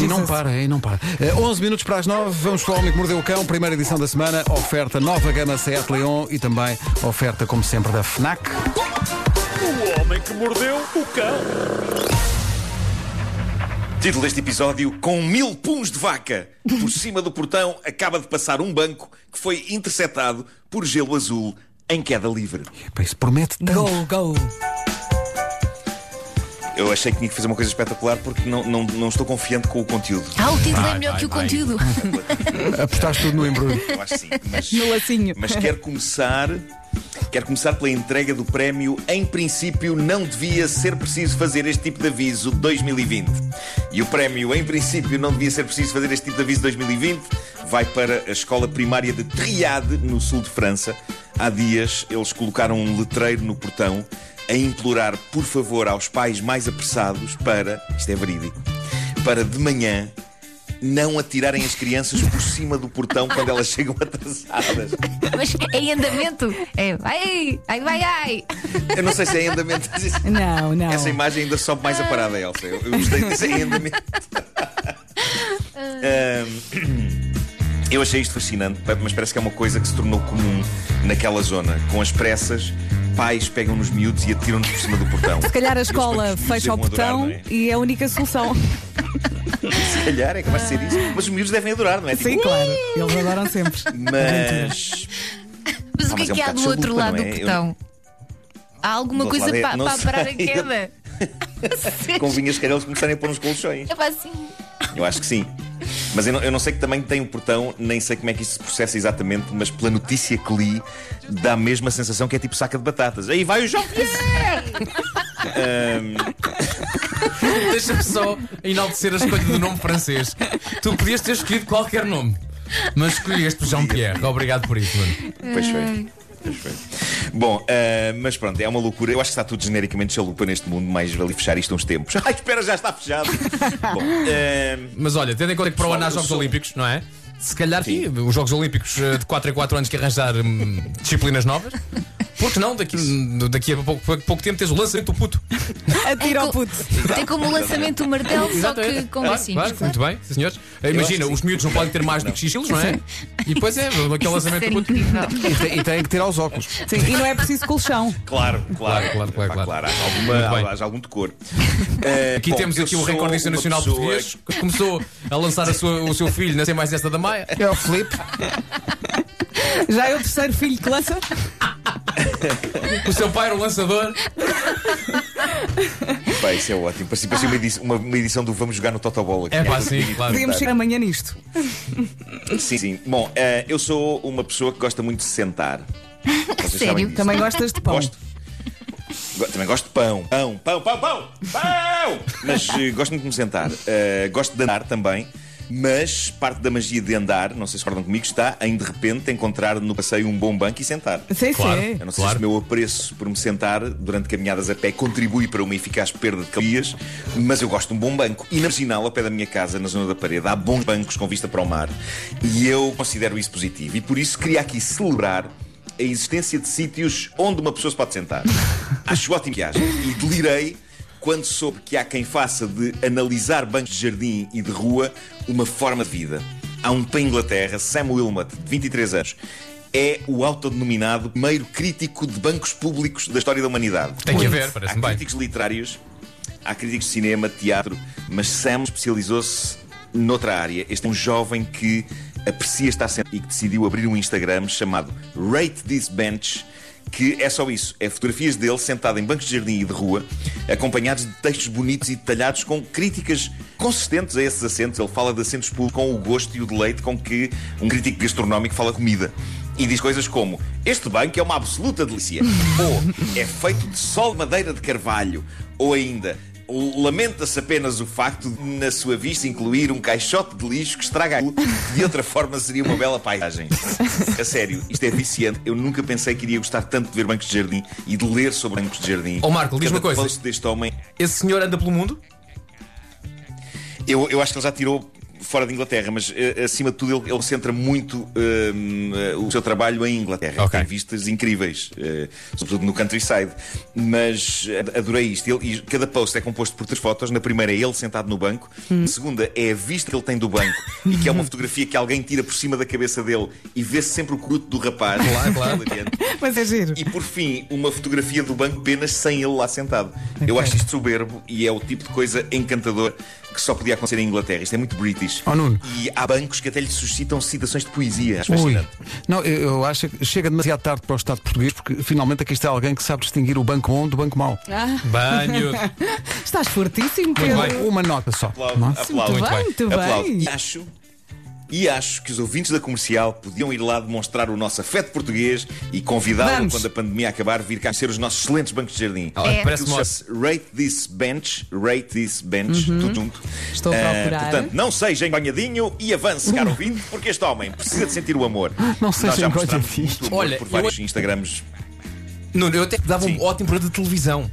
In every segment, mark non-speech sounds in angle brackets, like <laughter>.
E não para, e não para. Eh, 11 minutos para as 9, vamos para o Homem que Mordeu o Cão, primeira edição da semana, oferta nova gama Seat Leon e também oferta, como sempre, da FNAC. O homem que mordeu o cão. Título deste episódio: Com mil puns de vaca. Por cima do portão acaba de passar um banco que foi interceptado por gelo azul em queda livre. Epá, Isso promete tanto. Go, go. Eu achei que tinha que fazer uma coisa espetacular porque não, não, não estou confiante com o conteúdo. Ah, o título é melhor que o conteúdo. Apostaste tudo no embrulho. Eu acho que sim, mas, No lacinho. mas quero começar. Quero começar pela entrega do prémio. Em princípio, não devia ser preciso fazer este tipo de aviso 2020. E o prémio, em princípio, não devia ser preciso fazer este tipo de aviso 2020. Vai para a escola primária de Triade, no sul de França. Há dias, eles colocaram um letreiro no portão a implorar, por favor, aos pais mais apressados para, isto é verídico, para de manhã não atirarem as crianças por cima do portão quando elas chegam atrasadas. <laughs> Mas é em andamento. É ai, ai, vai, ai. Eu não sei se é em andamento. Não, não. Essa é imagem ainda sobe mais a parada, Elsa. Eu, eu gostei desse em <laughs> andamento. Ahm, eu achei isto fascinante, mas parece que é uma coisa que se tornou comum naquela zona. Com as pressas, pais pegam nos miúdos e atiram-nos por cima do portão. Se calhar a Eu espero que escola os miúdos fecha o devam adorar, botão não é? e é a única solução. Se calhar é capaz de ser isso. Mas os miúdos devem adorar, não é? Tipo, Ah. Sim, claro. Eles adoram sempre. Mas. Mas Ah, o que é mas é um que há bocado do outro chalupa, lado do não é? Eu- portão? Há alguma Do coisa outro lado para é- não para parar a sei. <laughs> queda? Convinha se calhar eles começarem a pôr nos colchões. É pá, assim. Eu acho que sim. Mas eu não, eu não sei que tamanho tem o portão, nem sei como é que isso se processa exatamente, mas pela notícia que li, dá a mesma sensação que é tipo saca de batatas. Aí vai o João Deixa-me só enaltecer a escolha do nome francês. Tu podias ter escolhido qualquer nome, mas escolheste Jean-Pierre. Obrigado por isso, mano. Hum. Pois foi. Pois foi. Bom, ah, mas pronto, é uma loucura. Eu acho que está tudo genericamente chalupa neste mundo, mais vale fechar isto a uns tempos. <laughs> Ai, espera, já <laughs> está fechado. Bom, ah, Mas olha, tendo em conta que para o ano há Pessoal, eu Jogos sou- Olímpicos, não é? Se calhar Sim. sim, os Jogos Olímpicos eh, de 4 em 4 anos que arranjar hum, disciplinas novas. Porque não, daqui, daqui a pouco, pouco- pouco tempo tens o lançamento do puto. Atira ao co- puto. tá, Tem como o lançamento o martelo, só que Exatamente. com Claro, assim. claro, muito bem, sim, senhores. Imagina, acho que os miúdos não podem ter mais do que X quilos, não é? E depois é, aquele Isso lançamento é do puto. incrível. E, tem, e tem que tirar os óculos. Sim, e não é preciso colchão. claro, claro, claro, claro, Epá, claro. Há, Muito alguma, bem. há- há algum <laughs> decor. Ah, Aqui temos aqui o recordista nacional português que começou a lançar a sua- o seu filho na Sem Mais Esta da Maia. É o Felipe. Já é o terceiro filho que lança. O seu pai era um lançador. Pá, isso é ótimo. Parecia, parecia uma, edição, uma, uma edição do Vamos Jogar no Totobola. Ah. É pá, <laughs> sim, claro. Podíamos chegar amanhã nisto. Sim, sim. Bom, eh, eu sou uma pessoa que gosta muito de <laughs> sentar. Vocês Sério? sabem disso. Também gostas de pão. Gosto. Go- Também gosto de pão. Pão, pão, pão, pão! Pão! Mas eh, gosto muito de me sentar. Eh, gosto de andar também. Mas parte da magia de andar, não sei se concordam comigo, está em de repente encontrar no passeio um bom banco e sentar. Sim, Claro. sim. Eu não sei Claro. se o meu apreço por me sentar durante caminhadas a pé contribui para uma eficaz perda de calorias, mas eu gosto de um bom banco. E na marginal, ao pé da minha casa, na zona da parede, há bons bancos com vista para o mar. E eu considero isso positivo. E por isso queria aqui celebrar a existência de sítios onde uma pessoa se pode sentar. Acho ótimo que haja. E delirei quando soube que há quem faça de analisar bancos de jardim e de rua uma forma de vida. Há um pai em Inglaterra, Sam Wilmot, de 23 anos. É o autodenominado primeiro crítico de bancos públicos da história da humanidade. Tem que Há haver, parece-me bem. críticos literários, há críticos de cinema, de teatro, mas Sam especializou-se noutra área. Este é um jovem que aprecia estar sentado e que decidiu abrir um Instagram chamado Rate This Bench, que é só isso: é fotografias dele sentado em bancos de jardim e de rua, acompanhados de textos bonitos e detalhados com críticas consistentes a esses assentos. Ele fala de assentos públicos com o gosto e o deleite com que um crítico gastronómico fala comida. E diz coisas como: Este banco é uma absoluta <laughs> delícia. ou é feito de sol de madeira de carvalho. Ou ainda, lamenta-se apenas o facto de, na sua vista, incluir um caixote de lixo que estraga aquilo que de outra forma seria uma bela <laughs> paisagem. A sério, isto é viciante. Eu nunca pensei que iria gostar tanto de ver bancos de jardim e de ler sobre bancos de jardim. Ó, Marco, diz Cada uma coisa. post deste homem Esse senhor anda pelo mundo? eu, eu acho que ele já tirou fora de Inglaterra, mas eh, acima de tudo ele, ele centra muito hum, eh, o seu trabalho em Inglaterra. Ok. Tem vistas incríveis, eh, sobretudo no countryside. Mas eh, adorei isto. Ele- e cada post é composto por três fotos. Na primeira é ele sentado no banco, na segunda é a vista que ele tem do banco <laughs> e que é uma fotografia que alguém tira por cima da cabeça dele e vê-se sempre o cuto do rapaz. Claro, claro. Hilariante. Mas é giro. E por fim, uma fotografia do banco apenas sem ele lá sentado. Eu acho isto soberbo e é o tipo de coisa encantador que só podia acontecer em Inglaterra. Isto é muito british. Oh, Nuno. E há bancos que até lhe suscitam citações de poesia. Acho Ui. fascinante. Não, eu, eu acho que chega demasiado tarde para o Estado português, porque finalmente aqui está alguém que sabe distinguir o banco bom do banco mau. Banho. Estás fortíssimo, Muito Pedro. bem. É Uma nota só. Aplaudo, não é? aplaudo. Muito bem, muito bem. Aplaudo. E acho. E acho que os ouvintes da comercial podiam ir lá demonstrar o nosso afeto português e convidá-lo, Vamos. quando a pandemia acabar, vir cá conhecer os nossos excelentes bancos de jardim. Olha, É. Parece-me Aquilo ótimo. chama-se Rate This Bench, Rate This Bench, tudo junto. Uhum. Estou a Ah, procurar. portanto, não seja embanhadinho e avance, caro ouvinte, porque este homem precisa de sentir o amor. Não seja Nós já mostramos enganadinho. muito amor Olha, por eu- vários Instagrams. <laughs> Nuno, eu até dava Sim. um ótimo programa de televisão.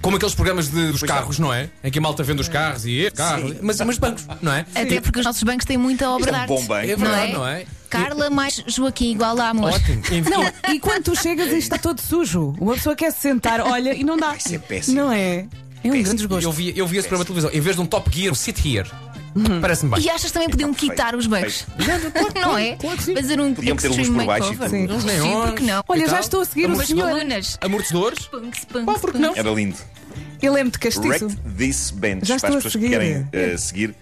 Como aqueles programas de- dos carros, não é? Em que a malta vende os carros e este carro. Mas, mas bancos, não é? Até porque os nossos bancos têm muita obra Isto é um de arte. bom banco. É verdade, não é? Carla mais Joaquim igual a amor. Ótimo. Não, e quando tu chegas e está todo sujo, uma pessoa quer se sentar, olha e não dá. Isso é péssimo. Não é? É um grande desgosto. Eu vi, eu vi esse programa de televisão. Em vez de um Top Gear, um Sit Here. Parece-me bem. E achas que também podiam feito, um quitar os bancos? Não é? Fazer um Podiam ter luz extreme por baixo e makeover. tudo. Uns neons. Sim, porque não? Olha, E já Então, tal? estou a é seguir o Umas senhor. colunas. Amortecedores? Punks, punks, Pá, porque não? punks. Era lindo. Ele é muito Rate castiço. This Bench, para as Já estou a pessoas que seguir. querem eh, seguir.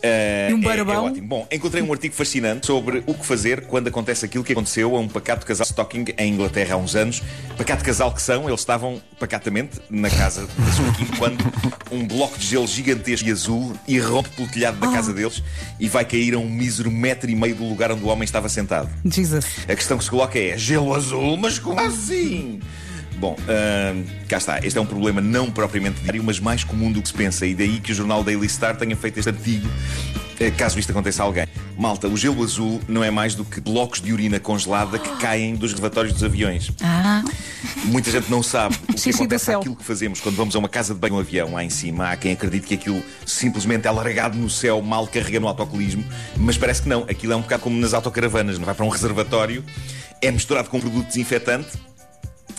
Eh, E um é- é, barbão? ótimo. Bom, encontrei um artigo fascinante sobre o que fazer quando acontece aquilo que aconteceu a um pacato casal de stalking em Inglaterra há uns anos. Pacato casal que são, eles estavam pacatamente na casa de Joaquim quando um bloco de gelo gigantesco e azul irrompe pelo telhado Ah. da casa deles e vai cair a um mísero metro e meio do lugar onde o homem estava sentado. Jesus. A questão que se coloca é gelo azul, mas como assim? Bom, ahm, cá está. Este é um problema não propriamente diário, mas mais comum do que se pensa. E daí que o jornal Daily Star tenha feito este artigo, eh, caso isto aconteça a alguém. Malta, o gelo azul não é mais do que blocos de urina congelada que caem dos reservatórios dos aviões. Ah, Muita gente não sabe o que Xixi do acontece céu. àquilo que fazemos quando vamos a uma casa de banho de um avião lá em cima. Há quem acredite que aquilo simplesmente é largado no céu, mal carrega no autocolismo, mas parece que não. Aquilo é um bocado como nas autocaravanas, não vai para um <laughs> reservatório, é misturado com um produto desinfetante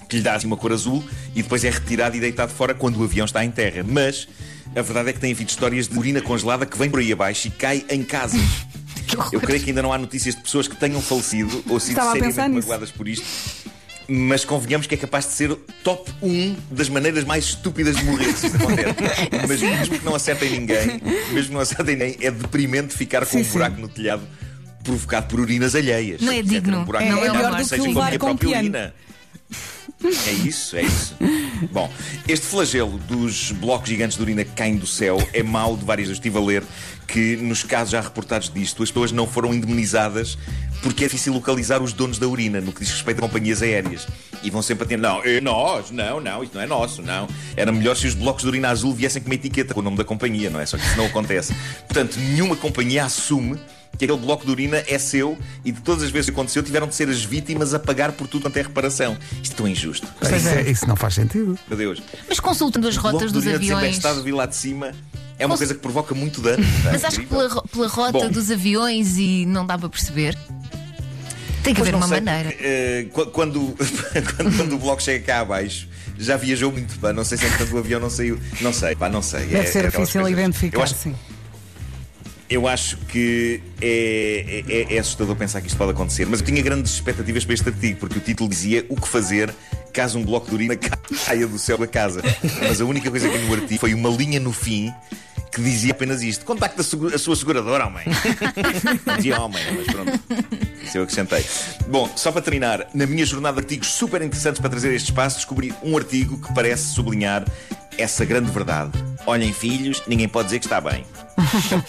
que lhe dá assim uma cor azul e depois é retirado e deitado fora quando o avião está em terra. Mas a verdade é que tem havido histórias de urina congelada que vem por aí abaixo e cai em <laughs> casas. Eu creio que ainda não há notícias de pessoas que tenham falecido ou sido Estava a pensar seriamente nisso. magoadas por isto. Mas convenhamos que é capaz de ser top 1 das maneiras mais estúpidas de morrer se isso <laughs> acontece. Mas mesmo que não acertem ninguém, mesmo que não acertem ninguém, é deprimente ficar com Sim, um sim. buraco no telhado provocado por urinas alheias. Não é Quer digno. dizer, Um buraco É, no é telhado, pior não do que seja com a levar minha com própria piano. urina. É isso, é isso. Bom, este flagelo dos blocos gigantes de urina que caem do céu é mau de várias vezes. Estive a ler que, nos casos já reportados disto, as pessoas não foram indemnizadas porque é difícil localizar os donos da urina no que diz respeito a companhias aéreas. E vão sempre a ter, não, é nós, não, não, isto não é nosso, não. Era melhor se os blocos de urina azul viessem com uma etiqueta com o nome da companhia, não é? Só que isso não acontece. Portanto, nenhuma companhia assume que aquele bloco de urina é seu e de todas as vezes que aconteceu tiveram de ser as vítimas a pagar por tudo quanto é reparação. Isto é tão injusto. Ah, Isso, é- isso não faz sentido. Meu Deus. mas consultando as bloco rotas de dos urina aviões. desembestado vir lá de cima é uma Mas- coisa que provoca muito dano. Tá, Mas acho que incrível. pela, ro- pela rota Bom. dos aviões e não dá para perceber. Tem que Pois haver não uma sei, maneira. porque, eh, qu- quando, <laughs> quando, quando o bloco chega cá abaixo, já viajou muito, pá. Não sei se entretanto o avião não saiu. Não sei, pá, não sei. Deve É- é ser aquelas difícil coisas. identificar, Eu acho, sim. Eu acho que é, é- é assustador pensar que isto pode acontecer, mas eu tinha grandes expectativas para este artigo, porque o título dizia o que fazer caso um bloco de urina <laughs> caia do céu da casa. Mas a única coisa que havia no artigo foi uma linha no fim que dizia apenas isto: contacte a, segu- a sua seguradora, homem. Não dizia homem, mas pronto. Isso eu acrescentei. Bom, só para terminar, na minha jornada de artigos super interessantes para trazer a este espaço, descobri um artigo que parece sublinhar essa grande verdade. Olhem, filhos, ninguém pode dizer que está bem.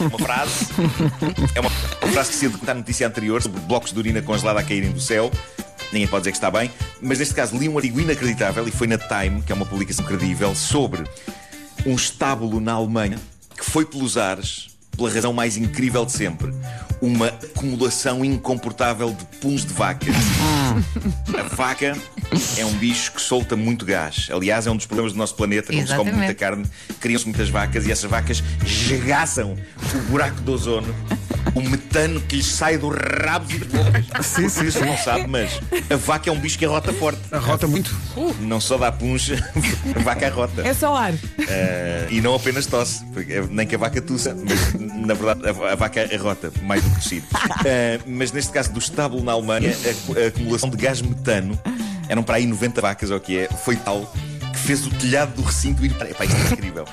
É uma frase, é uma frase que se adequa à notícia anterior sobre blocos de urina congelada a caírem do céu. Ninguém pode dizer que está bem, mas neste caso li um artigo inacreditável e foi na Time, que é uma publicação credível, sobre um estábulo na Alemanha que foi pelos ares pela razão mais incrível de sempre. Uma acumulação incomportável de puns de vaca. A vaca é um bicho que solta muito gás. Aliás, é um dos problemas do nosso planeta. Como se come Exatamente. muita carne, criam-se muitas vacas e essas vacas esgaçam o buraco do ozono. O metano que lhes sai dos rabos e das bocas. <laughs> Sim, sim, sim. Não sabe, mas a vaca é um bicho que arrota forte. Arrota muito. Não só dá puncha, <laughs> a vaca arrota. É só ar. Eh, e não apenas tosse, porque é- nem que a vaca tussa, mas na verdade a, a vaca arrota mais do que <laughs> tossir. Eh, mas neste caso do estábulo na Alemanha, a, cu- a acumulação de gás metano, eram para aí 90 vacas, ou o que é, foi tal que fez o telhado do recinto ir para. Epá, isto é incrível.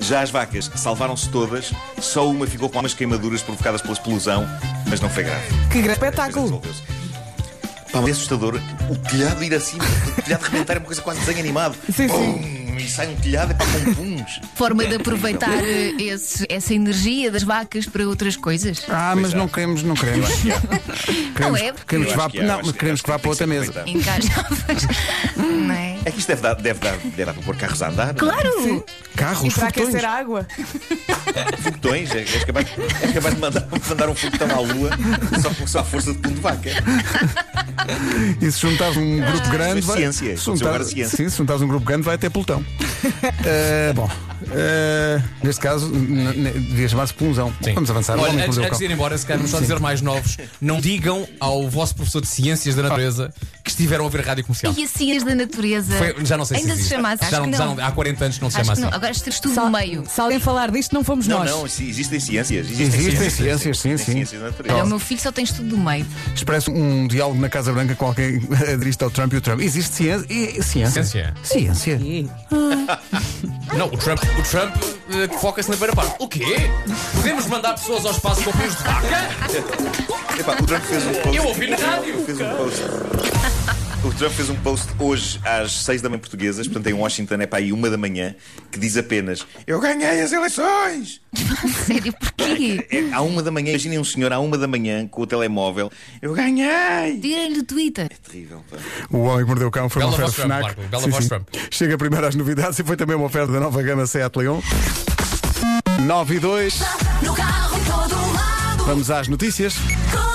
Já as vacas salvaram-se todas, só uma ficou com algumas queimaduras provocadas pela explosão, mas não foi grave. Que grande Mas espetáculo. resolveu-se. Pá, mas é assustador. O telhado ir assim, o telhado rebentar é uma coisa quase desenho animado. Sim, sim. Pum, E sai um telhado é para com puns. Forma É de aproveitar eh, esse- essa energia das vacas para outras coisas. Ah, mas não queremos, não queremos. Não Queremos, é? queremos que Eu vá, acho que há, não, eu acho mas que- é queremos acho que vá tem para outra ser mesa. aproveitado. Encaixavas. <laughs> Não é? É que isto deve dar, deve dar, deve dar para pôr carros a andar. Claro! Carros, E para foguetões. aquecer a água. Foguetões. É- És capaz, és capaz de mandar, <laughs> mandar um foguetão à lua só, com- só à força de pulo de vaca. E se juntares um Ah, grupo grande. Mas ciência, se aconteceu agora juntares, ciência. sim, se juntares um grupo grande, vai ter pelotão. <laughs> Eh, bom, eh, neste caso, n- n- devia chamar-se Punzão. Sim. Vamos avançar. O Olha, homem que antes, mordeu o antes de cão. ir embora, se calhar vamos só dizer mais novos. Não digam ao vosso professor de Ciências da Natureza que estiveram a ouvir rádio comercial. E assim as cias da natureza. Foi- Ah, já não sei Ainda se se existe. chamasse. já acho não, que já não. não- Há 40 anos que não se Acho chama que não. assim. Agora estás tudo Sal- no meio. Se alguém falar disto, não fomos Não, nós. não, sim, existem ciências. Existem ciências, sim, Existem sim. ciências da natureza. Olha, o meu filho só tens tudo do meio. <laughs> Expresso um diálogo na Casa Branca com alguém aderiste ao Trump e o Trump. Existe ciência. e- Ciência. Ciência. Ciência. Ih, Não, o Trump, o Trump eh, foca-se na primeira parte. O quê? Podemos mandar pessoas ao espaço com fios de vaca? Epá, o Trump fez um post. Eu ouvi na rádio. Fez um post. O Trump fez um post hoje às 6 da manhã portuguesas, portanto em Washington é para aí uma da manhã, que diz apenas Eu ganhei as eleições! Sério, porquê? É, à uma da manhã, imaginem um senhor à uma da manhã com o telemóvel Eu ganhei! Tirem-lhe o Twitter. Terrível, pá. O Homem que Mordeu o Cão foi Bela uma oferta voz Trump, FNAC. Marco, bela voz Trump. Chega primeiro às novidades e foi também uma oferta da nova gama Seat Leon. 9 e 2, No carro, em todo lado. vamos às notícias. Com